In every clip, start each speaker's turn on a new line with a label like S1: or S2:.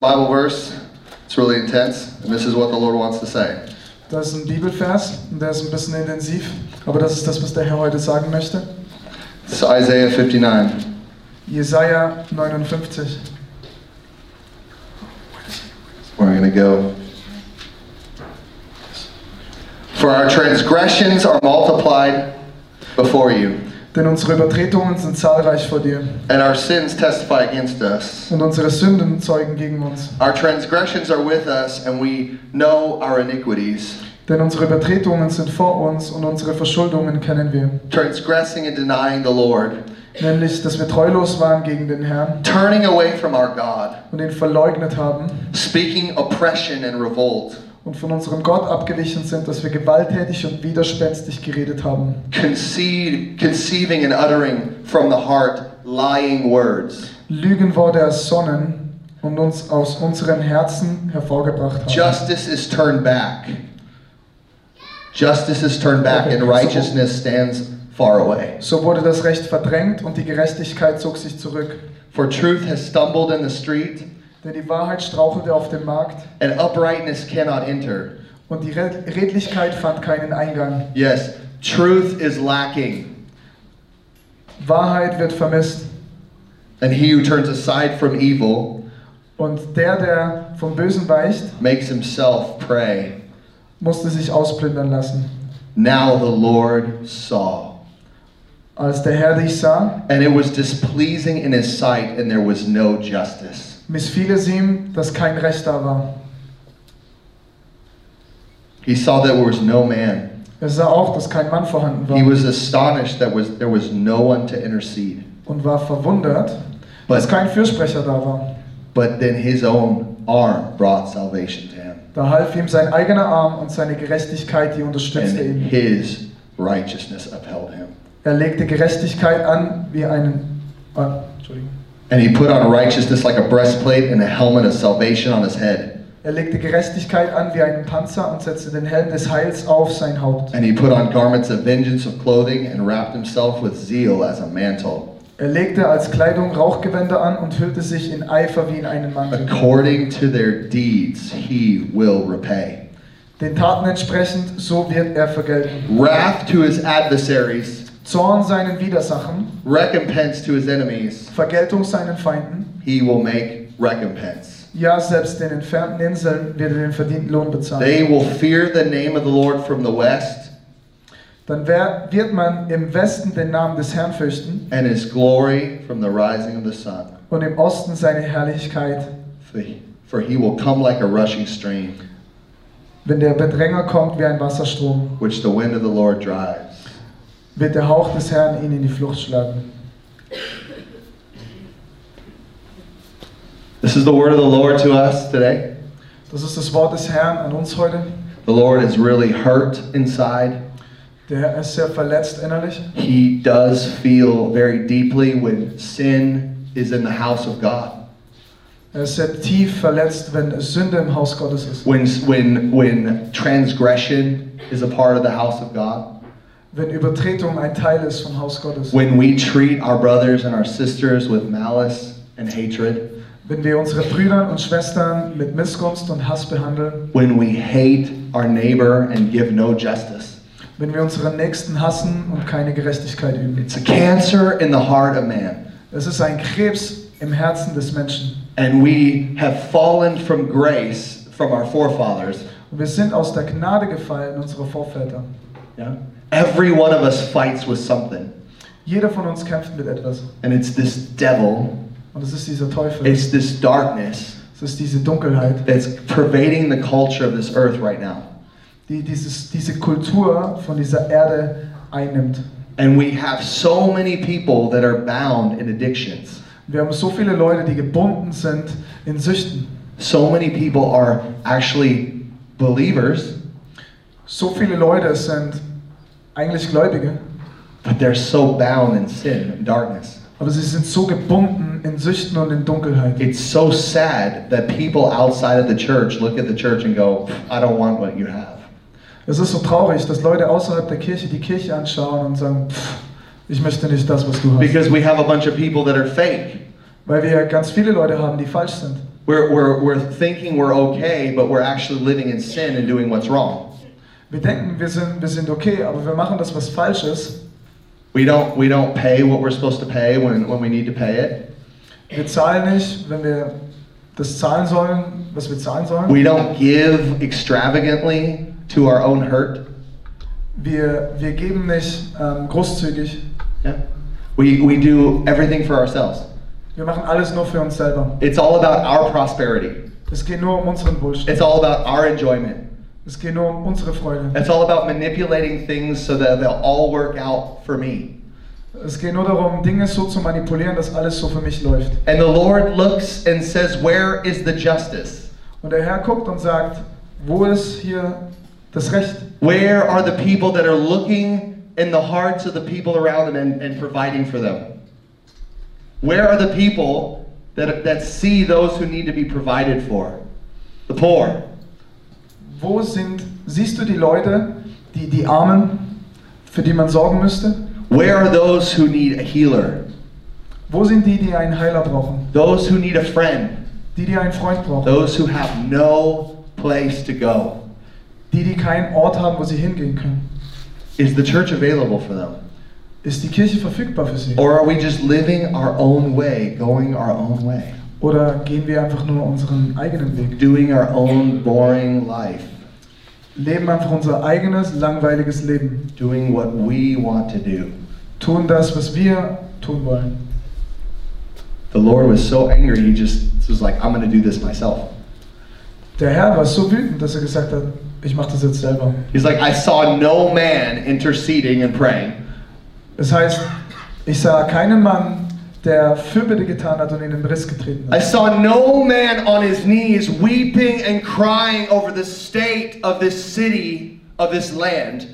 S1: Bible verse. It's really intense, and this is what the Lord wants to say.
S2: Das ist ein Bibelvers, und der ist ein bisschen intensiv, aber das ist das, was der Herr heute sagen möchte.
S1: It's Isaiah 59.
S2: Jesaja 59.
S1: Where I'm going to go. For our transgressions are multiplied before you,
S2: Denn unsere Übertretungen sind zahlreich vor dir,
S1: and our sins testify against us.
S2: und unsere Sünden zeugen gegen uns.
S1: Our transgressions are with us, and we know our iniquities.
S2: Denn unsere Übertretungen sind vor uns und unsere Verschuldungen kennen wir.
S1: Transgressing and denying the Lord,
S2: Nämlich, dass wir treulos waren gegen den Herrn
S1: turning away from our God,
S2: und ihn verleugnet haben
S1: speaking oppression and revolt,
S2: und von unserem Gott abgewichen sind, dass wir gewalttätig und widerspenstig geredet haben.
S1: concede, conceiving and uttering from the heart lying words.
S2: Lügenworte ersonnen und uns aus unseren Herzen hervorgebracht haben.
S1: Justice is turned back. Justice is turned back, and righteousness stands far away.
S2: so wurde das Recht verdrängt und die Gerechtigkeit zog sich zurück.
S1: For truth has stumbled in the street,
S2: Denn die Wahrheit strauchelte auf dem Markt
S1: and uprightness cannot enter.
S2: und die Red- Redlichkeit fand keinen Eingang.
S1: Yes, truth is lacking,
S2: Wahrheit wird vermisst
S1: and he who turns aside from evil
S2: und der, der vom Bösen weicht,
S1: makes himself prey.
S2: musste sich ausplündern lassen.
S1: Now the Lord saw,
S2: Als der Herr dich sah,
S1: and it was displeasing in his sight, and there was no justice.
S2: missfiel es ihm, dass kein Recht da war.
S1: He saw that there was no man.
S2: Er sah auch, dass kein Mann vorhanden
S1: He
S2: war
S1: was astonished that was there was no one to intercede.
S2: und war verwundert, dass
S1: But,
S2: kein Fürsprecher da war.
S1: but then his own arm brought salvation to him,
S2: Da half ihm sein eigener Arm und seine Gerechtigkeit, die
S1: and
S2: unterstützte ihn.
S1: his righteousness upheld him.
S2: Er legte Gerechtigkeit an wie einen. Ah, Entschuldigung.
S1: And he put on righteousness like a breastplate and a helmet of salvation on his head.
S2: Er legte Gerechtigkeit an wie einen Panzer und setzte den Helm des Heils auf sein Haupt.
S1: And he put on garments of vengeance of clothing and wrapped himself with zeal as a mantle.
S2: Er legte als Kleidung Rauchgewänder an und hüllte sich in Eifer wie in einen Mantel.
S1: According to their deeds, he will repay.
S2: Den Taten entsprechend, so wird er vergelten.
S1: Wrath to his adversaries,
S2: Zorn seinen Widersachen,
S1: recompense to his enemies,
S2: Vergeltung seinen Feinden.
S1: he will make recompense.
S2: Ja, selbst den entfernten Inseln wird er den verdienten Lohn
S1: They
S2: bezahlen.
S1: will fear the name of the Lord from the west.
S2: Dann wer, wird man im Westen den Namen des Herrn fürchten
S1: and his glory from the rising of the sun.
S2: und im Osten seine Herrlichkeit.
S1: For he, for he will come like a rushing stream,
S2: Wenn der Bedränger kommt wie ein Wasserstrom,
S1: which the wind of the Lord drives.
S2: wird der Hauch des Herrn ihn in die Flucht schlagen.
S1: This is the word of the Lord to us today.
S2: Das ist das Wort des Herrn an uns heute.
S1: The Lord is really hurt inside.
S2: Der Herr ist sehr verletzt innerlich.
S1: He does feel very deeply when sin is in the house of God.
S2: Er ist sehr tief verletzt, wenn Sünde im Haus Gottes ist.
S1: When, when, when transgression is a part of the house of God.
S2: Wenn Übertretung ein Teil ist vom Haus Gottes.
S1: When we treat our brothers and our sisters with malice and hatred.
S2: Wenn wir unsere Brüder und Schwestern mit Missgunst und Hass behandeln.
S1: When we hate our neighbor and give no justice.
S2: Wenn wir unseren Nächsten hassen und keine Gerechtigkeit üben.
S1: It's a cancer in the heart of man.
S2: Es ist ein Krebs im Herzen des Menschen.
S1: And we have fallen from grace from our forefathers.
S2: Und wir sind aus der Gnade gefallen, unsere Vorväter.
S1: Yeah? Every one of us fights with something.
S2: Jeder von uns kämpft mit etwas.
S1: And it's this devil,
S2: Und es ist dieser Teufel.
S1: it's this darkness
S2: Es ist diese Dunkelheit,
S1: that's pervading the culture of this earth right now.
S2: die dieses, diese Kultur von dieser Erde einnimmt.
S1: And we have so many people that are bound in addictions.
S2: Wir haben so viele Leute, die gebunden sind in Süchten.
S1: So many people are actually believers,
S2: So viele Leute sind eigentlich Gläubige,
S1: but they're so bound in sin and darkness.
S2: aber sie sind so gebunden in Süchten und in Dunkelheit.
S1: It's so sad that people outside of the church look at the church and go, I don't want what you have.
S2: Es ist so traurig, dass Leute außerhalb der Kirche die Kirche anschauen und sagen, "Pff, ich möchte nicht das, was du hast.
S1: Because we have a bunch of people that are fake.
S2: Weil wir ganz viele Leute haben, die falsch sind.
S1: We're, we're, we're thinking we're okay, but we're actually living in sin and doing what's wrong.
S2: Wir denken, wir sind, wir sind okay, aber wir machen das, was falsch ist.
S1: We don't, we don't pay what we're supposed to pay when, when we need to pay it.
S2: Wir zahlen nicht, wenn wir das zahlen sollen, was wir zahlen sollen.
S1: We don't give extravagantly to our own hurt.
S2: Wir, wir geben nicht ähm, großzügig.
S1: Yeah. We, we do everything for ourselves.
S2: Wir machen alles nur für uns selber.
S1: It's all about our prosperity.
S2: Es geht nur um unseren Wohlstand.
S1: It's all about our enjoyment.
S2: Es geht nur um unsere Freude.
S1: It's all about manipulating things so that they'll all work out for me.
S2: Es geht nur darum, Dinge so zu manipulieren, dass alles so für mich läuft.
S1: And the Lord looks and says, Where is the justice?
S2: Und der Herr guckt und sagt, wo ist hier das Recht?
S1: Where are the people that are looking in the hearts of the people around them and, and providing for them? Where are the people that, that see those who need to be provided for? The poor.
S2: Wo sind, siehst du die Leute, die, die Armen, für die man sorgen müsste?
S1: Where are those who need a healer?
S2: Wo sind die, die einen Heiler brauchen?
S1: Those who need a friend?
S2: Die, die einen Freund brauchen?
S1: Those who have no place to go?
S2: Die, die keinen Ort haben, wo sie hingehen können?
S1: Is the church available for them?
S2: Ist die Kirche verfügbar für sie?
S1: Or are we just living our own way, going our own way,
S2: Oder gehen wir einfach nur unseren eigenen Weg?
S1: doing our own boring life,
S2: Leben einfach unser eigenes, langweiliges Leben.
S1: doing what we want to do?
S2: Tun das, was wir tun wollen.
S1: The Lord was so angry, he just was like, I'm going to do this myself.
S2: Der Herr war so wütend, dass er gesagt hat, ich mache das jetzt selber.
S1: He's like, I saw no man interceding and praying.
S2: Das heißt, ich sah keinen Mann, der Fürbitte getan hat und in den Riss getreten
S1: I
S2: hat.
S1: saw no man on his knees weeping and crying over the state of this city, of this land.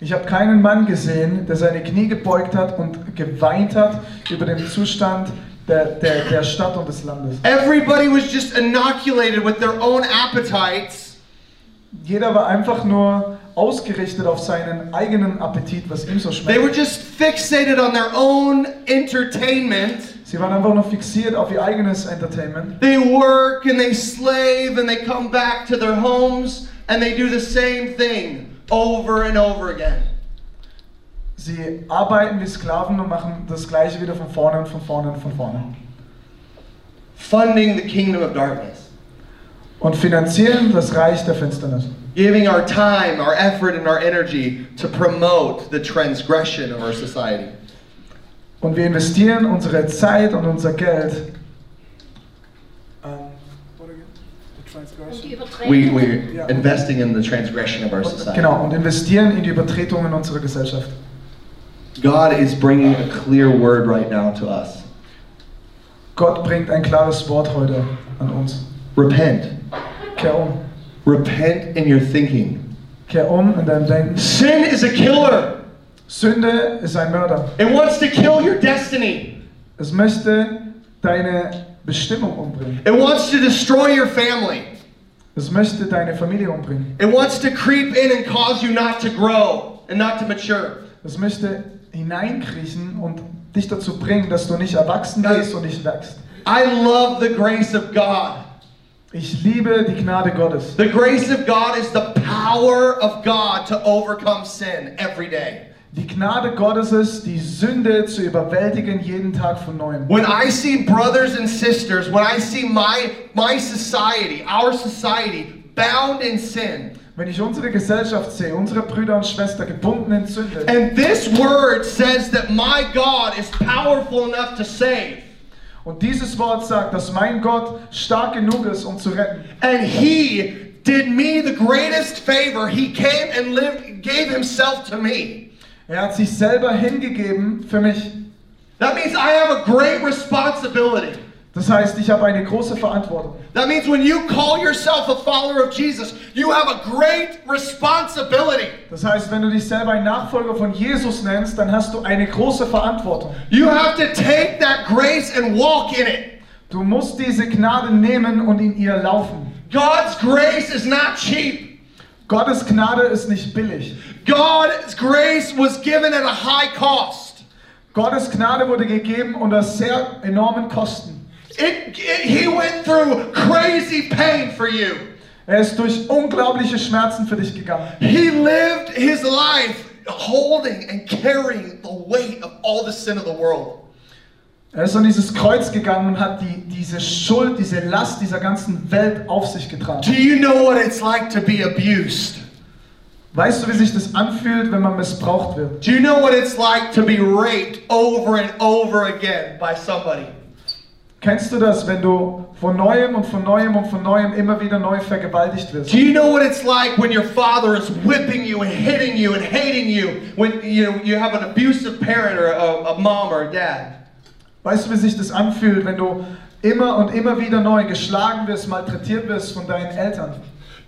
S2: Ich habe keinen Mann gesehen, der seine Knie gebeugt hat und geweint hat über den Zustand der, der, der Stadt und des Landes.
S1: Everybody was just inoculated with their own appetites.
S2: Jeder war einfach nur ausgerichtet auf seinen eigenen Appetit, was ihm so
S1: They were
S2: schmeckt.
S1: just fixated on their own entertainment.
S2: Sie waren einfach nur fixiert auf ihr eigenes Entertainment.
S1: They work and they slave and they come back to their homes and they do the same thing over and over again.
S2: Sie arbeiten wie Sklaven und machen das Gleiche wieder von vorne und von vorne und von vorne.
S1: Funding the kingdom of darkness,
S2: Und finanzieren das Reich der Finsternis.
S1: giving our time, our effort, and our energy to promote the transgression of our society.
S2: Und wir investieren unsere Zeit und unser Geld.
S3: Und die Überträge.
S1: We, we're investing in the transgression of our society.
S2: Genau, und investieren in die Übertretungen unserer Gesellschaft.
S1: God is bringing a clear word right now to us
S2: Gott bringt ein klares Wort heute an uns.
S1: repent.
S2: Kehr um.
S1: Repent in your thinking.
S2: Kehr um in deinem Denken.
S1: Sin is a killer,
S2: Sünde ist ein Mörder.
S1: it wants to kill your destiny.
S2: Es möchte deine Bestimmung umbringen.
S1: It wants to destroy your family.
S2: Es möchte deine Familie umbringen.
S1: It wants to creep in and cause you not to grow and not to mature.
S2: Es möchte hineinkriechen und dich dazu bringen, dass du nicht erwachsen bist und nicht wächst.
S1: I love the grace of God.
S2: Ich liebe die Gnade Gottes.
S1: The grace of God is the power of God to overcome sin every day.
S2: Die Gnade Gottes ist, die Sünde zu überwältigen jeden Tag von neuem.
S1: When I see brothers and sisters, when I see my my society, our society bound in sin,
S2: Wenn ich unsere Gesellschaft sehe, unsere Brüder und Schwestern gebunden in Sünde,
S1: and this word says that my God is powerful enough to save,
S2: und dieses Wort sagt, dass mein Gott stark genug ist, um zu retten,
S1: And he did me the greatest favor. He came and lived, gave himself to me.
S2: er hat sich selber hingegeben für mich.
S1: That means I have a great responsibility.
S2: Das heißt, ich habe eine große Verantwortung.
S1: That means when you call yourself a follower of Jesus, you have a great responsibility.
S2: Das heißt, wenn du dich selber ein Nachfolger von Jesus nennst, dann hast du eine große Verantwortung.
S1: You have to take that grace and walk in it.
S2: Du musst diese Gnade nehmen und in ihr laufen.
S1: God's grace is not cheap.
S2: Gottes Gnade ist nicht billig.
S1: God's grace was given at a high cost.
S2: Gottes Gnade wurde gegeben unter sehr enormen Kosten.
S1: It, it, he went through crazy pain for you.
S2: Er ist durch unglaubliche Schmerzen für dich gegangen.
S1: He lived his life holding and carrying the weight of all the sin of the world.
S2: Er ist an dieses Kreuz gegangen und hat die, diese Schuld, diese Last dieser ganzen Welt auf sich getragen.
S1: Do you know what it's like to be abused?
S2: Weißt du, wie sich das anfühlt, wenn man missbraucht wird?
S1: Do you know what it's like to be raped over and over again by somebody?
S2: Kennst du das, wenn du von neuem und von neuem und von neuem immer wieder neu vergewaltigt wirst?
S1: Do you know what it's like when your father is whipping you and hitting you and hating you when you, you have an abusive parent or a, a mom or a dad?
S2: Weißt du, wie sich das anfühlt, wenn du immer und immer wieder neu geschlagen wirst, malträtiert wirst von deinen Eltern?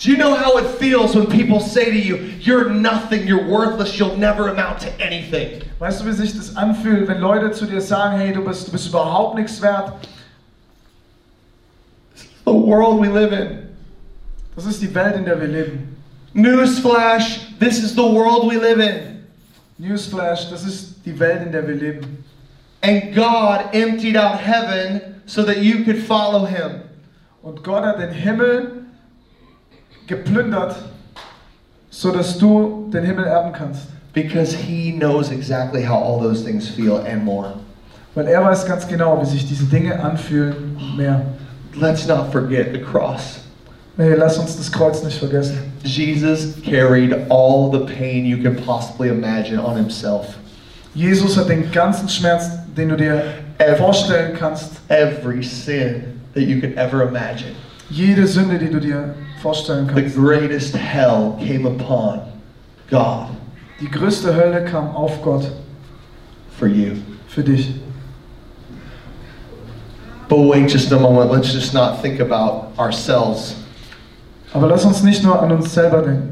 S1: Do you know how it feels when people say to you, You're nothing, you're worthless, you'll never amount to anything?
S2: Weißt du, wie sich das anfühlt, wenn Leute zu dir sagen, hey, du bist, du bist überhaupt nichts wert?
S1: The world we live in.
S2: Das ist die Welt, in der wir leben.
S1: Newsflash, this is the world we live in.
S2: Newsflash, das ist die Welt, in der wir leben.
S1: And God emptied out heaven so that you could follow him.
S2: Und Gott hat den Himmel geplündert, so dass du den Himmel erben kannst.
S1: Because he knows exactly how all those things feel and more.
S2: Weil er weiß ganz genau, wie sich diese Dinge anfühlen und mehr.
S1: Let's not forget the cross.
S2: Hey, lass uns das Kreuz nicht vergessen.
S1: Jesus carried all the pain you can possibly imagine on himself.
S2: Jesus hat den ganzen Schmerz, den du dir
S1: Every-
S2: vorstellen kannst,
S1: Every sin that you could ever imagine.
S2: jede Sünde, die du dir vorstellen
S1: The
S2: kannst.
S1: greatest hell came upon God
S2: Die größte Hölle kam auf Gott
S1: for you.
S2: für dich.
S1: But wait just a moment. Let's just not think about ourselves.
S2: Aber lass uns nicht nur an uns selber denken.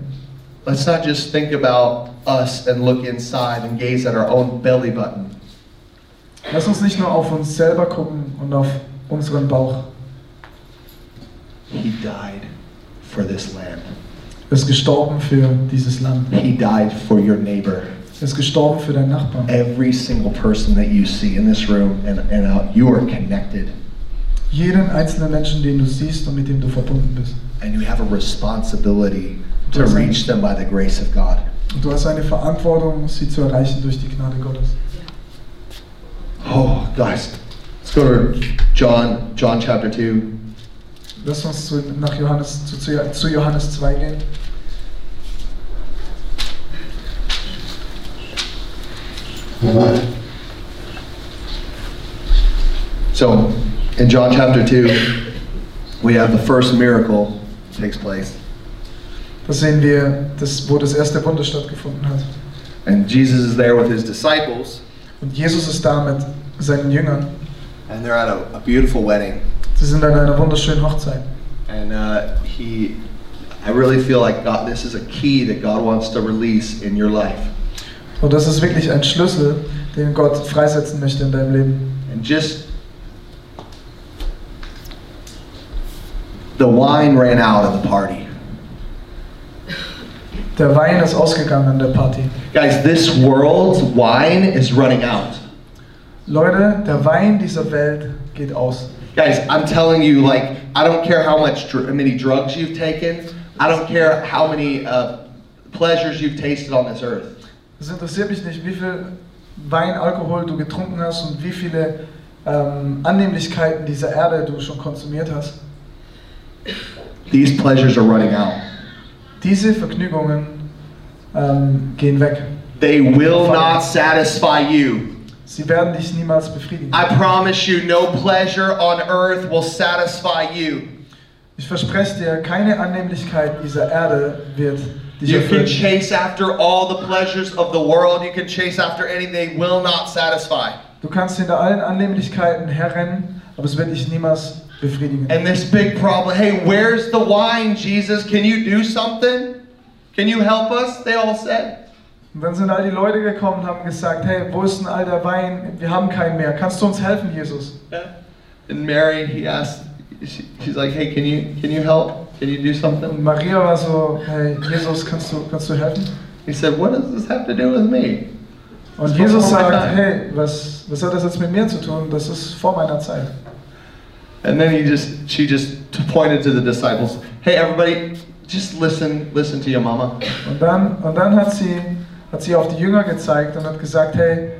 S1: Let's not just think about us and look inside and gaze at our own belly button.
S2: Lass uns nicht nur auf uns selber gucken und auf unseren Bauch.
S1: He died for this land.
S2: Er ist gestorben für dieses Land.
S1: He died for your neighbor.
S2: Er ist gestorben für deinen Nachbarn.
S1: Every single person that you see in this room and, and out, you are connected
S2: Jeden einzelnen Menschen, den du siehst und mit dem du verbunden bist.
S1: and you have a responsibility to reach them by the grace of God.
S2: Und du hast eine Verantwortung, sie zu erreichen durch die Gnade Gottes.
S1: Oh, guys, let's go to John, John chapter 2.
S2: Lass uns zu, nach Johannes, zu, zu, zu Johannes 2 gehen.
S1: So, in John chapter 2, we have the first miracle takes place.
S2: Da sehen wir, das, wo das erste Wunder stattgefunden hat.
S1: And Jesus is there with his disciples,
S2: Und Jesus ist da mit seinen Jüngern.
S1: and they're at a, a beautiful wedding.
S2: Sie sind an einer wunderschönen Hochzeit.
S1: And uh, he, I really feel like God, this is a key that God wants to release in your life.
S2: Und das ist wirklich ein Schlüssel, den Gott freisetzen möchte in deinem Leben.
S1: And just the wine ran out of the party.
S2: Der Wein ist ausgegangen an der Party.
S1: Guys, this world's wine is running out.
S2: Leute, der Wein dieser Welt geht aus.
S1: Guys, I'm telling you, like, I don't care how much dr- many drugs you've taken. I don't care how many uh, pleasures you've tasted on this earth.
S2: Es interessiert mich nicht, wie viel Wein, Alkohol du getrunken hast und wie viele ähm, Annehmlichkeiten dieser Erde du schon konsumiert hast.
S1: These pleasures are running out.
S2: Diese Vergnügungen ähm, gehen weg.
S1: They will not satisfy you.
S2: Sie werden dich niemals befriedigen.
S1: I promise you, no pleasure on earth will satisfy you.
S2: Ich verspreche dir, keine Annehmlichkeit dieser Erde wird dich
S1: You can
S2: erfüllen.
S1: chase after all the pleasures of the world. You can chase after anything. They will not satisfy.
S2: Du kannst hinter allen Annehmlichkeiten herrennen, aber es wird dich niemals befriedigen.
S1: And this big problem hey, where's the wine, Jesus? Can you do something? Can you help us? They all said.
S2: Und dann sind all die Leute gekommen und haben gesagt, hey, wo ist denn all der Wein? Wir haben keinen mehr. Kannst du uns helfen, Jesus?
S1: And Mary, he asked, she, she's like, hey, can you can you help? Can you do
S2: Und
S1: something?
S2: Maria war so, hey, Jesus, kannst du, kannst du helfen?
S1: He said, what does this have to do with me?
S2: Und
S1: Das
S2: Jesus
S1: war vor meiner Zeit.
S2: sagt, hey, was, was hat das jetzt mit mir zu tun? Das ist vor meiner Zeit.
S1: And then he just, she just t- pointed to the disciples. Hey, everybody, just listen, listen to your mama.
S2: Und dann, und dann hat, sie, hat sie auf die Jünger gezeigt und hat gesagt, hey,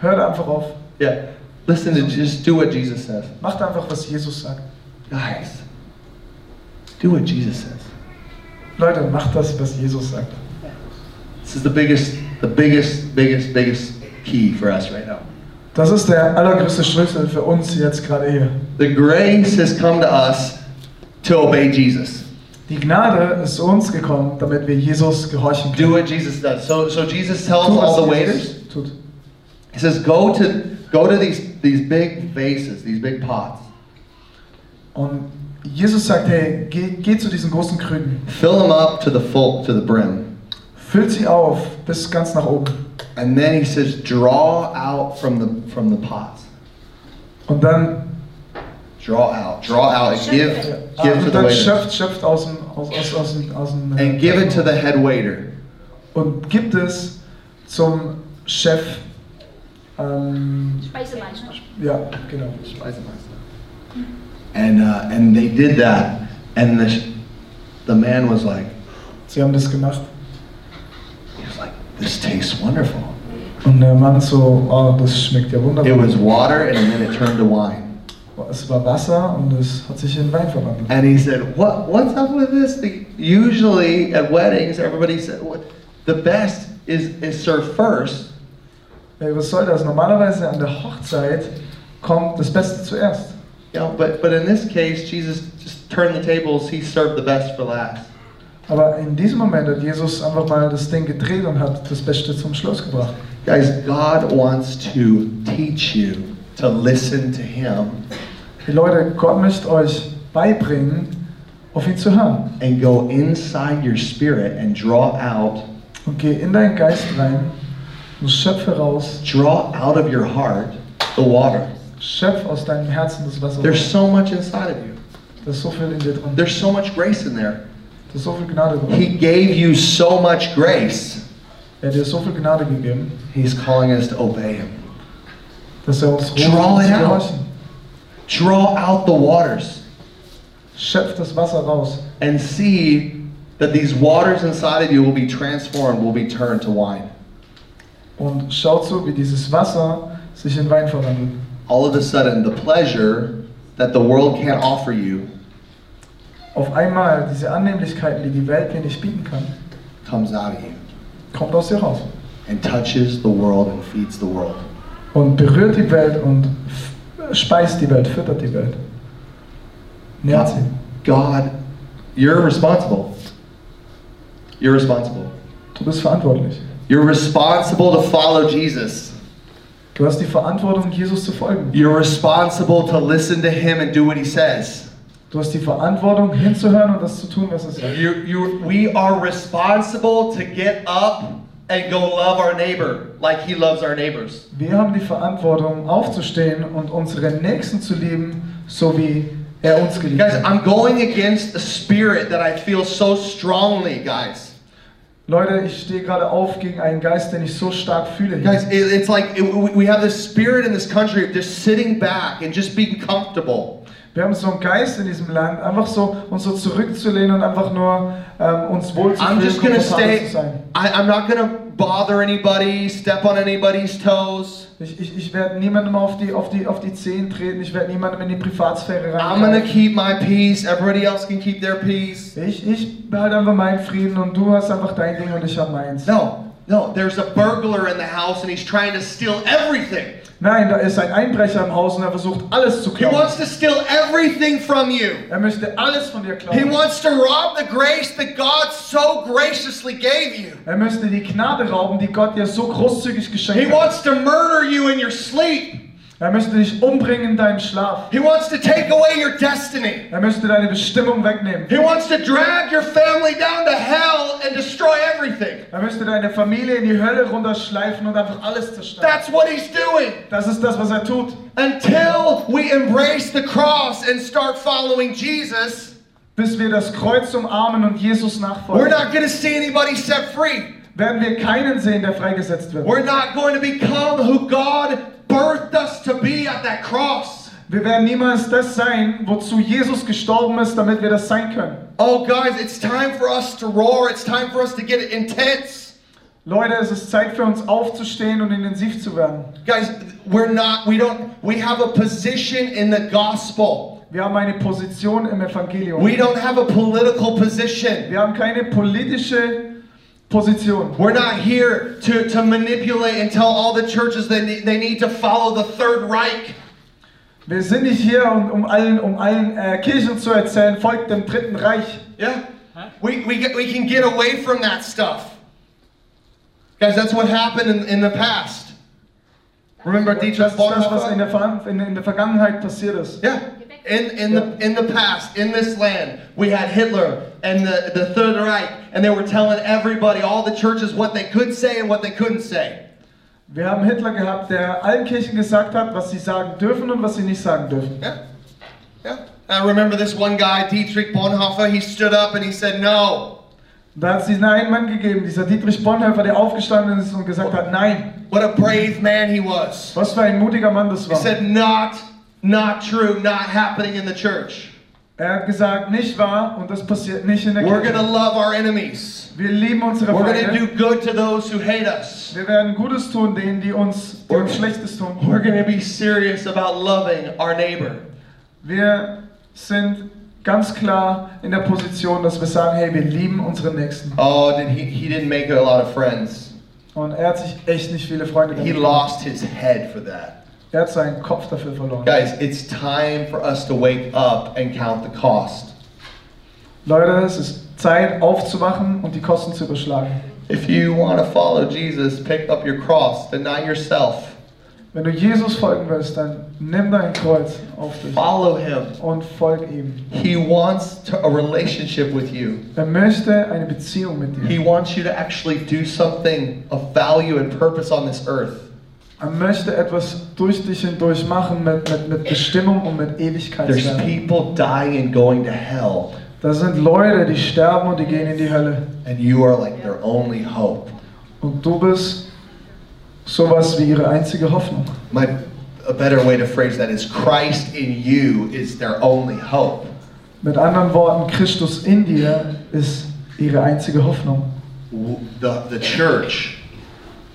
S2: hört einfach auf,
S1: Yeah, listen to just do what Jesus says.
S2: macht einfach, was Jesus sagt.
S1: Guys, do what Jesus says.
S2: Leute, macht das, was Jesus sagt.
S1: This is the biggest, the biggest, biggest, biggest key for us right now.
S2: Das ist der allergrößte Schlüssel für uns jetzt gerade hier.
S1: The grace has come to us to obey Jesus.
S2: Die Gnade ist zu uns gekommen, damit wir Jesus gehorchen
S1: Do
S2: können.
S1: what Jesus does. So, so Jesus tells
S2: Tut,
S1: us the
S2: was
S1: waiters.
S2: Jesus tut.
S1: He says, go to, go to these, these big vases, these big pots.
S2: Und Jesus sagt, hey, geh, geh zu diesen großen Krügen,
S1: Fill them up to the full, to the brim.
S2: füllt sie auf bis ganz nach oben.
S1: And then he says, draw out from the, from the pots.
S2: Und dann,
S1: Draw out, draw out, and give,
S2: ah,
S1: give to
S2: und
S1: the
S2: dann
S1: waiter.
S2: schöpft, schöpft aus dem, aus, aus, aus, dem- aus dem äh,
S1: And give it to the head waiter.
S2: und gibt es zum Chef. Ähm,
S3: Speisemeister.
S2: ja, genau.
S1: And uh, and they did that, and the the man was like,
S2: Sie haben das gemacht.
S1: he was like, this tastes wonderful.
S2: Und der Mann so, oh, das schmeckt ja
S1: It was
S2: wunderbar.
S1: water, and then it turned to wine.
S2: Es war Wasser und es hat sich in Wein verwandelt.
S1: And he said, what what's up with this? The, usually at weddings, everybody said, what the best is is served first,
S2: Ey, was soll das? Normalerweise an der Hochzeit kommt das Beste zuerst.
S1: you know. But but in this case, Jesus just turned the tables. He served the best for last.
S2: Aber in diesem Moment hat Jesus einfach mal das Ding gedreht und hat das Beste zum Schluss gebracht.
S1: Guys, God wants to teach you to listen to Him
S2: Die Leute, Gott möchte euch beibringen, auf ihn zu hören.
S1: and go inside your spirit and draw out
S2: Und geh in deinen Geist rein und schöpfe raus,
S1: draw out of your heart the water.
S2: schöpf aus deinem Herzen das Wasser.
S1: There's so much inside of you.
S2: Da ist so viel in dir drin. Da
S1: There's so much grace in there.
S2: ist so viel Gnade drin.
S1: He gave you so much grace.
S2: Er hat dir so viel Gnade gegeben,
S1: He's calling us to obey him.
S2: dass er uns ruft,
S1: Draw
S2: zu
S1: it out.
S2: gehorchen.
S1: Draw out the waters
S2: Schöpf das Wasser raus
S1: and see that these waters inside of you will be transformed, will be turned to wine.
S2: und schau zu, wie dieses Wasser sich in Wein verwandelt.
S1: All of a sudden, the pleasure that the world can't offer you
S2: Auf einmal diese Annehmlichkeiten, die die Welt mir nicht bieten kann,
S1: comes out of you
S2: kommt aus dir raus
S1: and touches the world and feeds the world.
S2: und berührt die Welt und f- speist die Welt, füttert die Welt. Nährt sie.
S1: God, you're responsible. You're responsible.
S2: Du bist verantwortlich.
S1: You're responsible to follow Jesus.
S2: Du hast die Verantwortung, Jesus zu folgen.
S1: You're responsible to listen to him and do what he says.
S2: Du hast die Verantwortung, hinzuhören und das zu tun, was er sagt.
S1: You, you, we are responsible to get up and go love our neighbor like he loves our neighbors.
S2: Wir haben die Verantwortung, aufzustehen und unseren Nächsten zu lieben, so wie er uns geliebt
S1: Guys,
S2: hat.
S1: I'm going against a spirit that I feel so strongly, guys.
S2: Leute, ich stehe gerade auf gegen einen Geist, den ich so stark fühle. Hier.
S1: Guys, it, it's like it, we we have this spirit in this country of just sitting back and just being comfortable.
S2: Wir haben so einen Geist in diesem Land, einfach so uns so zurückzulehnen und einfach nur ähm, uns wohlzufühlen,
S1: I'm just gonna
S2: komfortabel
S1: stay.
S2: zu sein.
S1: I, I'm not gonna bother anybody, step on anybody's toes.
S2: Ich, ich, ich werde niemandem auf die, auf, die, auf die Zehen treten, ich werde niemandem in die Privatsphäre
S1: I'm gonna
S2: rein.
S1: keep my peace. Everybody else can keep their peace.
S2: Ich, ich behalte einfach meinen Frieden und du hast einfach dein Ding und ich habe meins.
S1: No, no. There's a burglar in the house and he's trying to steal everything.
S2: Nein, da ist ein Einbrecher im Haus und er versucht alles zu
S1: He
S2: klauen.
S1: wants to steal everything from you.
S2: Er möchte alles von dir
S1: He
S2: klauen.
S1: wants to rob the grace that God so graciously gave you.
S2: Er möchte die Gnade rauben, die Gott dir so großzügig
S1: He
S2: geschenkt hat.
S1: wants to murder you in your sleep.
S2: Er möchte dich umbringen in deinem Schlaf.
S1: He wants to take away your destiny.
S2: Er möchte deine Bestimmung wegnehmen.
S1: He wants to drag your family down to hell and destroy everything.
S2: Er möchte deine Familie in die Hölle runterschleifen und einfach alles zerstören.
S1: That's what he's doing.
S2: Das ist das, was er tut.
S1: Until we embrace the cross and start following Jesus,
S2: Bis wir das Kreuz umarmen und Jesus
S1: we're
S2: nachfolgen,
S1: not going to see anybody set free.
S2: werden wir keinen sehen, der freigesetzt wird.
S1: We're not going to become who God birthed us to be at that cross.
S2: Wir werden niemals das sein, wozu Jesus gestorben ist, damit wir das sein können.
S1: Oh, guys, it's time for us to roar. It's time for us to get intense.
S2: Leute, es ist Zeit für uns aufzustehen und intensiv zu werden.
S1: Guys, we're not, we don't, we have a position in the gospel.
S2: Wir haben eine Position im Evangelium.
S1: We don't have a political position.
S2: Wir haben keine politische Position.
S1: We're not here to, to manipulate and tell all the churches they, ne- they need to follow the Third Reich.
S2: Wir sind nicht hier, um, um allen, um allen äh, Kirchen zu erzählen, folgt dem Dritten Reich.
S1: Yeah? We, we, get, we can get away from that stuff. Guys, that's what happened in, in the past. Remember
S2: Das
S1: Dietrich
S2: ist das, was in der,
S1: Bonhoeffer?
S2: Ver in, in der Vergangenheit passiert ist.
S1: Yeah. In, in, the, in the past, in this land, we had Hitler and the, the Third Reich, and they were telling everybody, all the churches, what they could say and what they couldn't say.
S2: Wir haben Hitler gehabt, der allen Kirchen gesagt hat, was sie sagen dürfen und was sie nicht sagen dürfen.
S1: Yeah. Yeah. I remember this one guy, Dietrich Bonhoeffer, he stood up and he said, No.
S2: Da hat es diesen einen Mann gegeben, dieser Dietrich Bonhoeffer, der aufgestanden ist und gesagt hat, nein.
S1: What a brave man he was.
S2: Was für ein mutiger Mann das
S1: He
S2: war.
S1: said, Not, not true, not happening in the church.
S2: Er hat gesagt, nicht wahr und das passiert nicht in der
S1: We're going to
S2: Kirche.
S1: love our enemies.
S2: Wir lieben unsere
S1: We're going to
S2: Feinde.
S1: do good to those who hate us.
S2: Wir werden Gutes tun denen, die uns, die
S1: We're-
S2: uns Schlechtes tun.
S1: We're going to be serious about loving our neighbor.
S2: Wir sind ganz klar in der Position, dass wir sagen, hey, wir lieben unsere Nächsten.
S1: Oh, did he, he didn't make a lot of friends.
S2: Und er hat sich echt nicht viele Freunde
S1: He
S2: gemacht.
S1: lost his head for that.
S2: Er hat seinen Kopf dafür verloren.
S1: Guys, it's time for us to wake up and count the cost.
S2: Leute, es ist Zeit aufzuwachen und die Kosten zu überschlagen.
S1: If you want to follow Jesus, pick up your cross, deny yourself,
S2: Wenn du Jesus folgen willst, dann nimm dein Kreuz auf dich
S1: follow him.
S2: und folg ihm.
S1: He wants to, a relationship with you.
S2: Er möchte eine Beziehung mit
S1: He
S2: dir.
S1: wants you to actually do something of value and purpose on this earth.
S2: Er möchte etwas durch dich hindurch machen mit, mit, mit Bestimmung und mit
S1: There's
S2: Ewigkeitswert.
S1: people dying and going to hell.
S2: Da sind Leute, die sterben und die gehen in die Hölle.
S1: and you are like their only hope.
S2: Und du bist sowas wie ihre einzige Hoffnung.
S1: My a better way to phrase that is Christ in you is their only hope.
S2: Mit anderen Worten, Christus in dir ist ihre einzige Hoffnung.
S1: W- The the church,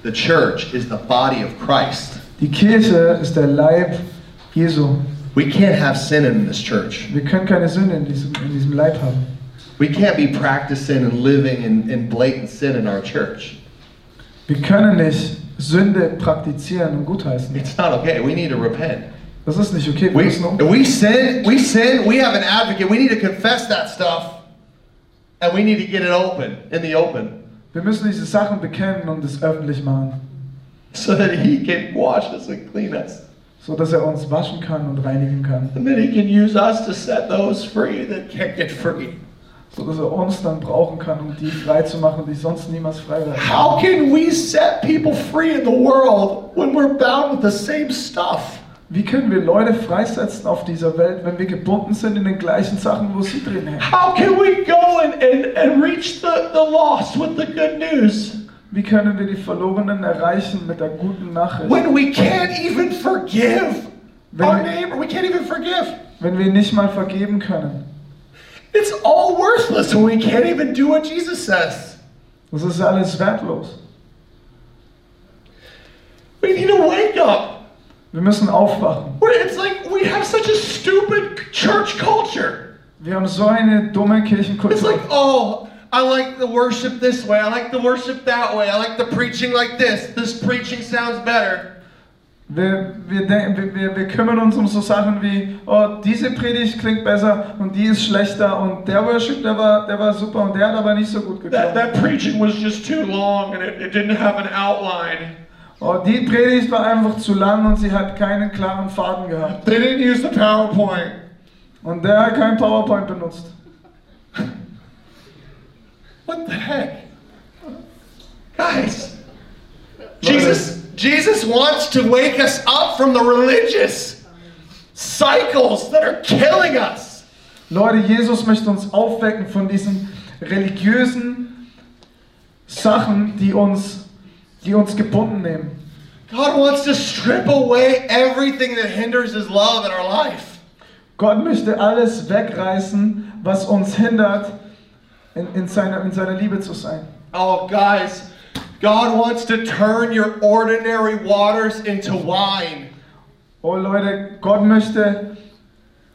S1: the church is the body of Christ.
S2: Die Kirche ist der Leib Jesu.
S1: We can't have sin in this church.
S2: Wir können keine Sünde in diesem, in diesem Leib haben.
S1: We can't be practicing and living in, in blatant sin in our church.
S2: Wir können nicht Sünde praktizieren und gutheißen.
S1: It's not okay. We need to repent.
S2: Das ist nicht okay. Wir
S1: We,
S2: müssen um
S1: if we sin, we sin, we have an advocate. We need to confess that stuff. And we need to get it open, in the open.
S2: Wir müssen diese Sachen bekennen und es öffentlich machen,
S1: so that he can wash us and clean us.
S2: so dass er uns waschen kann und reinigen kann,
S1: And then he can use us to set those free that can't get free.
S2: so dass er uns dann brauchen kann, um die frei zu machen, die sonst niemals frei werden.
S1: How can we set people free in the world when we're bound with the same stuff?
S2: Wie können wir Leute freisetzen auf dieser Welt, wenn wir gebunden sind in den gleichen Sachen, wo sie drin hängen?
S1: How can we go and, and, and reach the, the lost with the good news
S2: Wie können wir die Verlorenen erreichen mit der guten Nachricht,
S1: when we can't even forgive our
S2: When we-
S1: neighbor? We can't even forgive.
S2: wenn wir nicht mal vergeben können?
S1: It's all worthless when we can't even do what Jesus says.
S2: Das ist alles wertlos.
S1: We need to wake up.
S2: Wir müssen aufwachen.
S1: We're- It's like we have such a stupid church culture.
S2: Wir haben so eine dumme
S1: It's
S2: Kirchenkultur.
S1: like, oh, I like the worship this way. I like the worship that way. I like the preaching like this. This preaching sounds better.
S2: Wir, wir, denken, wir, wir, wir kümmern uns um so Sachen wie, oh, diese Predigt klingt besser und die ist schlechter und der Worship, der war, der war super und der hat aber nicht so gut
S1: That,
S2: geklappt.
S1: that preaching was just too long and it, it didn't have an outline.
S2: Oh, die Predigt war einfach zu lang und sie hat keinen klaren Faden gehabt.
S1: They didn't use the PowerPoint.
S2: Und der hat kein PowerPoint benutzt.
S1: What the heck? Guys, Jesus, Jesus wants to wake us up from the religious cycles that are killing us.
S2: Leute, Jesus möchte uns aufwecken von diesen religiösen Sachen, die uns, die uns gebunden nehmen.
S1: God wants to strip away everything that hinders His love in our life.
S2: Gott möchte alles wegreißen, was uns hindert, in, in, seiner, in seiner Liebe zu sein.
S1: Oh, guys, God wants to turn your ordinary waters into wine.
S2: Oh Leute, Gott möchte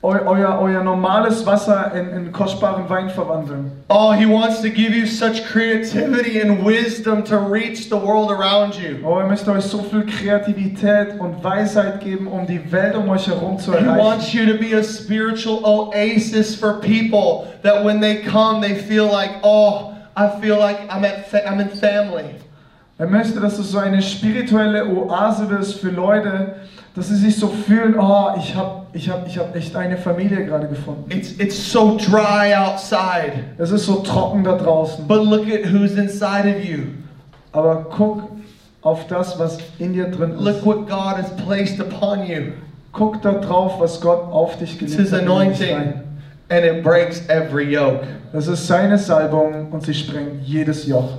S2: eu, euer, euer normales Wasser in, in kostbaren Wein verwandeln.
S1: Oh, He wants to give you such creativity and wisdom to reach the world around you.
S2: Oh, er möchte euch so viel Kreativität und Weisheit geben, um die Welt um euch herum zu
S1: He
S2: erreichen.
S1: wants you to be a spiritual oasis for people that when they come, they feel like, oh, I feel like I'm, at fa- I'm in family.
S2: Er möchte, dass du so eine spirituelle Oase bist für Leute, dass sie sich so fühlen, oh, ich habe ich hab, ich hab echt eine Familie gerade gefunden.
S1: It's, it's so dry outside,
S2: Es ist so trocken da draußen.
S1: but look at who's inside of you.
S2: Aber guck auf das, was in dir drin ist.
S1: Look what God has placed upon you.
S2: Guck da drauf, was Gott auf dich
S1: It's
S2: gelegt
S1: His
S2: hat. in dich rein.
S1: anointing, and it breaks every yoke.
S2: Das ist seine Salbung und sie sprengt jedes Joch.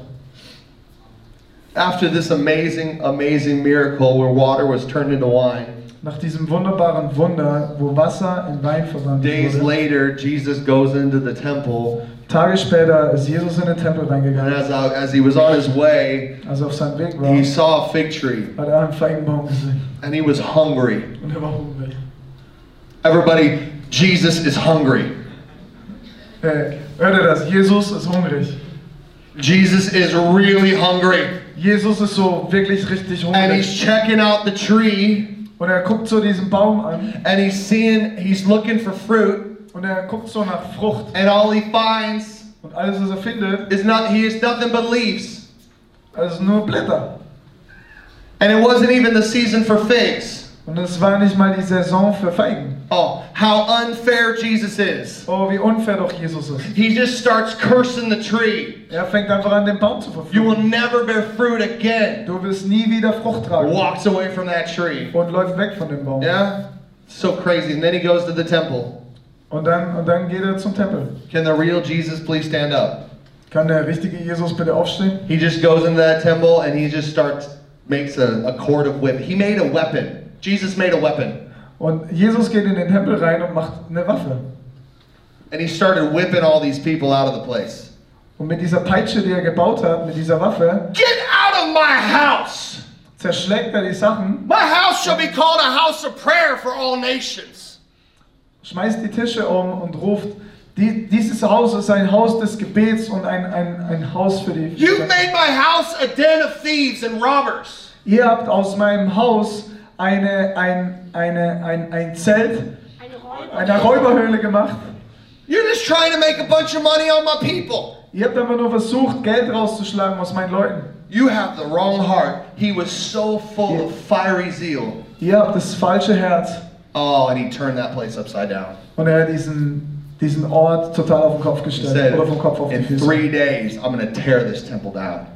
S1: After this amazing, amazing miracle where water was turned into wine,
S2: Nach diesem wunderbaren Wunder, wo Wasser in Wein verwandelt
S1: days
S2: wurde,
S1: later, Jesus goes into the temple,
S2: Tage später ist Jesus in den Tempel
S1: and
S2: reingegangen,
S1: as, I, as he was on his way,
S2: als er auf seinem Weg war,
S1: he saw a fig tree,
S2: hat er einen Feigenbaum gesehen
S1: and he was hungry.
S2: und er war hungrig.
S1: Everybody, Jesus is hungry.
S2: Hey, hört ihr das? Jesus ist hungrig.
S1: Jesus is really hungry.
S2: Jesus ist so wirklich richtig
S1: And
S2: hungrig.
S1: he's checking out the tree,
S2: Und er guckt so diesen Baum an
S1: and he's seeing, he's looking for fruit,
S2: und er guckt so nach Frucht.
S1: and all he finds
S2: Und alles, was er findet,
S1: is not, he is nothing but leaves.
S2: ist Also nur Blätter.
S1: And it wasn't even the season for figs.
S2: Und es war nicht mal die Saison für Feigen.
S1: Oh, how unfair Jesus is.
S2: Oh, wie unfair doch Jesus ist.
S1: He just starts cursing the tree.
S2: Er fängt einfach an, den Baum zu
S1: You will
S2: verführen.
S1: never bear fruit again.
S2: Du wirst nie wieder Frucht tragen.
S1: Walks away from that tree.
S2: Und läuft weg von dem Baum.
S1: Yeah? So crazy. And then he goes to the temple.
S2: Und, dann, und dann geht er zum Tempel.
S1: Can the real Jesus please stand up?
S2: Kann der richtige Jesus bitte aufstehen?
S1: He just goes into that temple and he just starts, makes a, a cord of whip. He made a weapon. Jesus made a weapon.
S2: Und Jesus geht in den Tempel rein und macht eine Waffe.
S1: And he started whipping all these people out of the place.
S2: Und mit dieser Peitsche, die er gebaut hat, mit dieser Waffe,
S1: Get out of my house!
S2: zerschlägt er die Sachen,
S1: My house shall be called a house of prayer for all nations.
S2: schmeißt die Tische um und ruft, "Die- dieses Haus ist ein Haus des Gebets und ein, ein, ein Haus für die...
S1: You've made my house a den of thieves and robbers.
S2: Ihr habt aus meinem Haus eine, ein, eine, ein, ein Zelt
S3: Eine Räuber.
S2: einer Räuberhöhle gemacht.
S1: You're just trying to make a bunch of money on my people.
S2: Ihr habt einfach nur versucht, Geld rauszuschlagen aus meinen Leuten.
S1: You have the wrong heart. He was so full of fiery zeal.
S2: Ihr habt das falsche Herz.
S1: Oh, and he turned that place upside down.
S2: Und er hat diesen, diesen Ort total auf den Kopf
S1: He
S2: gestellt.
S1: said,
S2: Oder vom Kopf auf die
S1: In
S2: Füße.
S1: three days, I'm going to tear this temple down.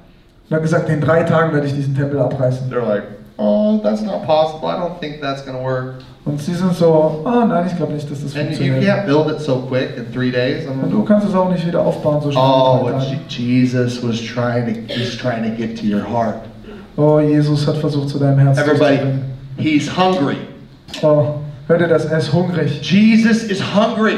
S2: Und hat gesagt, in drei Tagen werde ich diesen Tempel abreißen.
S1: They're like, oh, that's not possible. I don't think that's going to work.
S2: Und sie sind so, oh nein, ich glaube nicht, dass das
S1: And you
S2: funktioniert.
S1: can't build it so quick in three days. I'm
S2: Und du kannst es auch nicht wieder aufbauen, so schnell.
S1: Oh,
S2: in drei
S1: what
S2: Tagen.
S1: Je- Jesus was trying to he's trying to get to your heart.
S2: oh, Jesus hat versucht, zu deinem Herzen
S1: Everybody,
S2: durchzudringen.
S1: he's hungry.
S2: Oh, hört ihr das? Er ist hungrig.
S1: Jesus is hungry.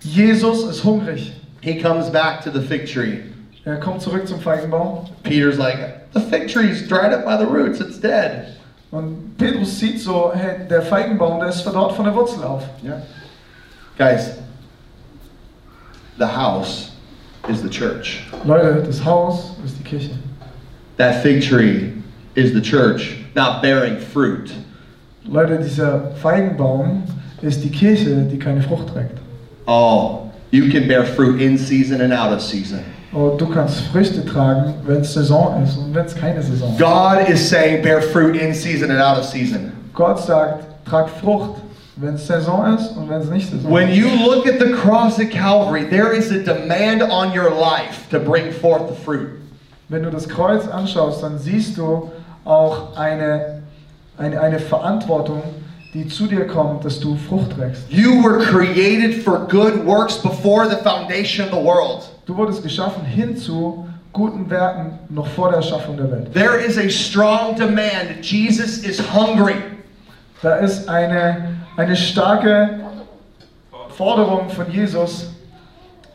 S2: Jesus ist hungrig.
S1: He comes back to the fig tree.
S2: Er kommt zurück zum Feigenbaum.
S1: Peter's like, the fig tree's dried up by the roots. It's dead.
S2: Und Petrus sieht so, hey, der Feigenbaum, der ist verdorrt von der Wurzel auf.
S1: Yeah. Guys, the house is the church.
S2: Leute, das Haus ist die Kirche.
S1: That fig tree is the church, not bearing fruit.
S2: Leute, dieser Feigenbaum ist die Kirche, die keine Frucht trägt.
S1: Oh, you can bear fruit in season and out of season.
S2: Und du kannst Früchte tragen, wenn es Saison ist und wenn es keine Saison ist.
S1: God is saying bear fruit in season and out of season.
S2: Gott sagt, trag Frucht, wenn es Saison ist und wenn es nicht Saison
S1: When
S2: ist.
S1: you look at the cross at Calvary, there is a demand on your life to bring forth the fruit.
S2: Wenn du das Kreuz anschaust, dann siehst du auch eine, eine, eine Verantwortung, die zu dir kommt, dass du Frucht trägst.
S1: You were created for good works before the foundation of the world.
S2: Du wurdest geschaffen hinzu guten Werken noch vor der Erschaffung der Welt.
S1: There is a strong demand. Jesus is hungry.
S2: Da ist eine, eine starke Forderung von Jesus.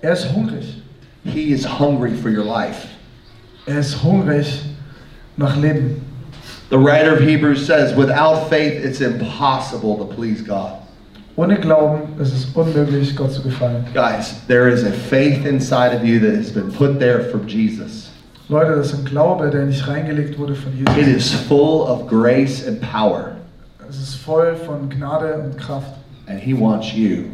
S2: Er ist hungrig.
S1: He is hungry for your life.
S2: Er ist hungrig nach Leben.
S1: The writer of Hebrews says, without faith, it's impossible to please God.
S2: Ohne Glauben ist es unmöglich, Gott zu gefallen.
S1: Guys, there is a faith inside of you that has been put there from Jesus.
S2: Leute, das ist ein Glaube, der nicht reingelegt wurde von
S1: It
S2: Jesus.
S1: is full of grace and power,
S2: Es ist voll von Gnade und Kraft.
S1: and He wants you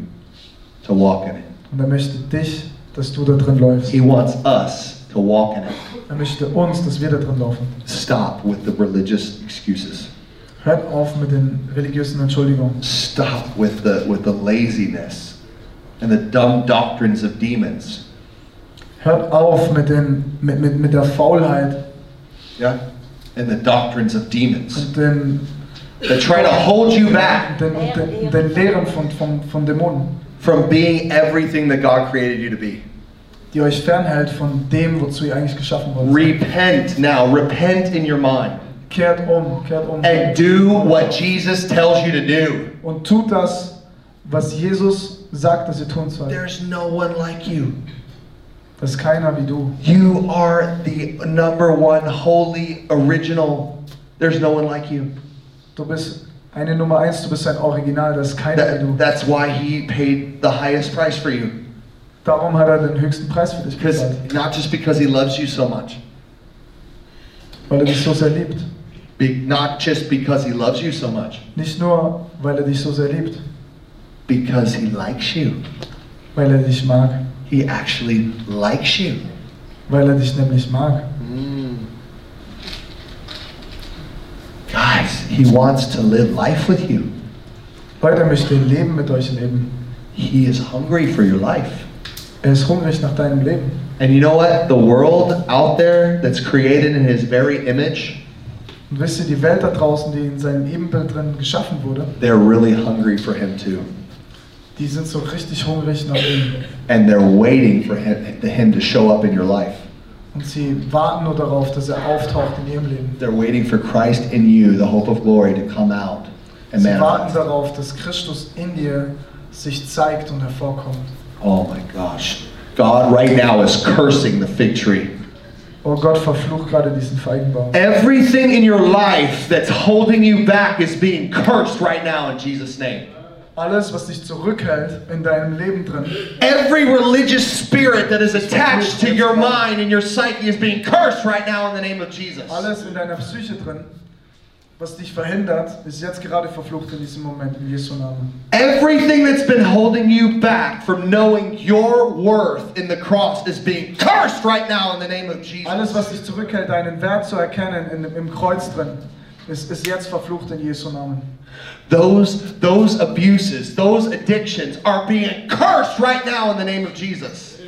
S1: to walk in it.
S2: Und er möchte dich, dass du da drin läufst.
S1: He wants us to walk in it.
S2: Er möchte uns, dass wir da drin laufen.
S1: Stop with the religious excuses.
S2: Hört auf mit den religiösen Entschuldigungen.
S1: Stop with the with the laziness and the dumb doctrines of demons.
S2: Hört auf mit, den, mit, mit, mit der Faulheit
S1: Yeah? And the doctrines of demons
S2: und den,
S1: that try to hold you back
S2: den, den, den Lehren von, von, von Dämonen,
S1: from being everything that God created you to be.
S2: die euch fernhält von dem, wozu ihr eigentlich geschaffen wurdet.
S1: Repent now. Repent in your mind.
S2: Kehrt um, kehrt um.
S1: And do what Jesus tells you to do.
S2: Und tut das, was Jesus sagt, dass ihr tun sollt.
S1: There's no one like you.
S2: Das ist keiner wie du.
S1: You are the number one holy original. There's no one like you.
S2: Du bist eine Nummer eins, du bist ein Original, das ist keiner wie
S1: That,
S2: du.
S1: that's why he paid the highest price for you.
S2: Darum hat er den höchsten Preis für dich bezahlt,
S1: Because not just because he loves you so much,
S2: weil er dich so sehr liebt.
S1: Be, not just because he loves you so much,
S2: Nicht nur, weil er dich so sehr liebt,
S1: because he likes you.
S2: weil er dich mag,
S1: He actually likes you.
S2: weil er dich nämlich mag.
S1: Guys, he wants to live life with you.
S2: Leute, er möchte ein Leben mit euch leben.
S1: He is hungry for your life.
S2: Er ist hungrig nach deinem Leben.
S1: And you know what? The world out there that's created in his very image,
S2: Und wisst ihr, die Welt da draußen, die in seinem Ebenbild drin geschaffen wurde,
S1: they're really hungry for him too.
S2: die sind so richtig hungrig nach ihm.
S1: And they're waiting for him, him to show up in your life.
S2: Und sie warten nur darauf, dass er auftaucht in ihrem Leben.
S1: They're waiting for Christ in you, the hope of glory, to come out and
S2: Sie warten
S1: manifest.
S2: darauf, dass Christus in dir sich zeigt und hervorkommt.
S1: Oh my gosh. God right now is cursing the fig tree.
S2: Oh Gott, verflucht gerade diesen Feigenbaum.
S1: Everything in your life that's holding you back is being cursed right now in Jesus' name.
S2: Alles, was dich zurückhält in deinem Leben drin,
S1: Every religious spirit that is attached to your mind and your psyche is being cursed right now in the name of Jesus.
S2: alles in deiner Psyche drin, was dich verhindert, ist jetzt gerade verflucht in diesem Moment, in Jesu Namen.
S1: Everything that's been holding you back from knowing your worth in the cross is being cursed right now in the name of
S2: Alles,
S1: Jesus.
S2: was dich zurückhält, deinen Wert zu erkennen in, im Kreuz drin, ist, ist jetzt verflucht in Jesu Namen.
S1: Those those abuses, those addictions are being cursed right now in the name of Jesus.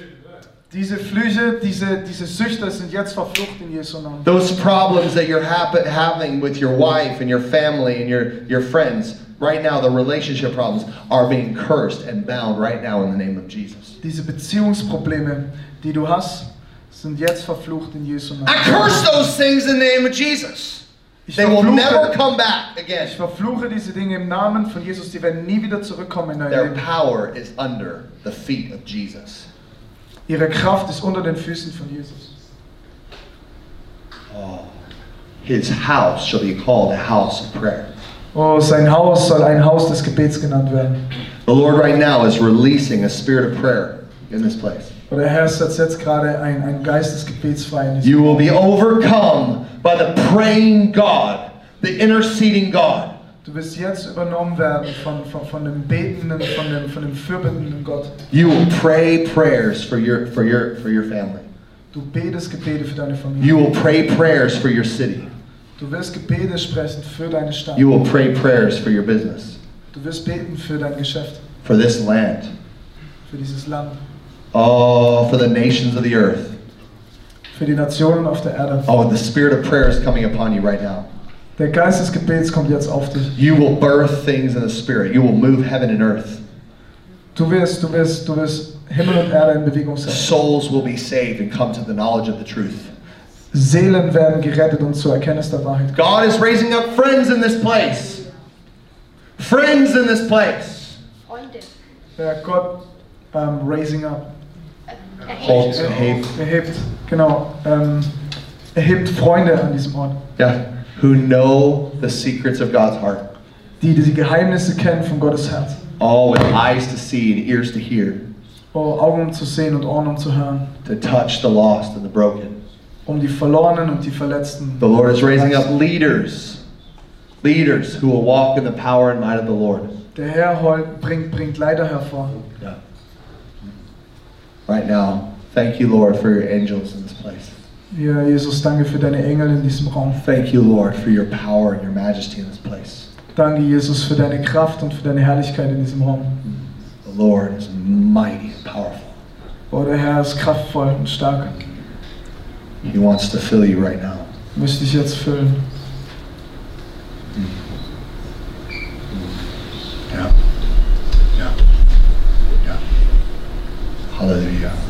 S2: Diese Flüche, diese, diese Süchte sind jetzt verflucht in Jesu Namen.
S1: Those problems that you're hap- having with your wife and your family and your, your friends, right now, the relationship problems are being cursed and bound right now in the name of Jesus.
S2: Diese Beziehungsprobleme, die du hast, sind jetzt verflucht in Jesu
S1: I
S2: Namen.
S1: curse those things in the name of Jesus.
S2: Ich
S1: They will never
S2: verfluche,
S1: come back
S2: ich
S1: again.
S2: verfluche diese Dinge im Namen von Jesus, die werden nie wieder zurückkommen in dein
S1: Their
S2: Leben.
S1: power is under the feet of Jesus.
S2: Ihre Kraft ist unter den Füßen von Jesus.
S1: His house shall be called a house of prayer.
S2: Oh, sein Haus soll ein Haus des Gebets genannt werden.
S1: The Lord, right now, is releasing a spirit of prayer in this place.
S2: Und der Herr setzt jetzt gerade ein, ein Geist des Gebets frei in diesem
S1: You will be overcome by the praying God, the interceding God.
S2: Du wirst jetzt übernommen werden von, von, von dem Betenden, von dem, von dem fürbittenden Gott.
S1: You will pray prayers for your for your for your family.
S2: Du betest Gebete für deine Familie.
S1: You will pray prayers for your city.
S2: Du wirst Gebete sprechen für deine Stadt.
S1: You will pray prayers for your business,
S2: Du wirst beten für dein Geschäft,
S1: for this land,
S2: für dieses Land,
S1: oh, for the nations of the earth.
S2: für die Nationen auf der Erde.
S1: Oh, the spirit of prayer is coming upon you right now.
S2: Der Geist des Gebets kommt jetzt auf dich.
S1: You will birth things in the spirit. You will move heaven and earth.
S2: Du wirst, du wirst, du wirst Himmel und Erde in Bewegung sein.
S1: Souls will be saved and come to the knowledge of the truth.
S2: Seelen werden gerettet um und zur Erkenntnis der Wahrheit kommen.
S1: God is raising up friends in this place. Friends in this place.
S3: Freunde.
S2: Ja, Gott ähm, raising up.
S3: äh,
S1: Oh,
S3: erheben.
S1: hey,
S2: Erhebt, genau. Ähm, erhebt Freunde an diesem Ort,
S1: yeah, who know the secrets of God's heart.
S2: die diese Geheimnisse kennen von Gottes Herz.
S1: All with eyes to see and ears to hear,
S2: Oh, Augen um zu sehen und Ohren um zu hören.
S1: to touch the lost and the broken.
S2: Um die Verlorenen und die Verletzten.
S1: The Lord is raising up leaders, leaders who will walk in the power and might of the Lord.
S2: Der Herr heul- bringt, bringt Leider hervor.
S1: Yeah. Right now, thank you, Lord, for your angels in this place.
S2: Ja, Jesus, danke für deine Engel in diesem Raum.
S1: Thank you, Lord, for your power and your majesty in this place.
S2: Danke, Jesus, für deine Kraft und für deine Herrlichkeit in diesem Raum.
S1: The Lord is mighty and powerful.
S2: Oh, der Herr ist kraftvoll und stark.
S1: He wants to fill you right now.
S2: Möchte ich jetzt füllen.
S1: Yeah. Yeah. Yeah. Hallelujah.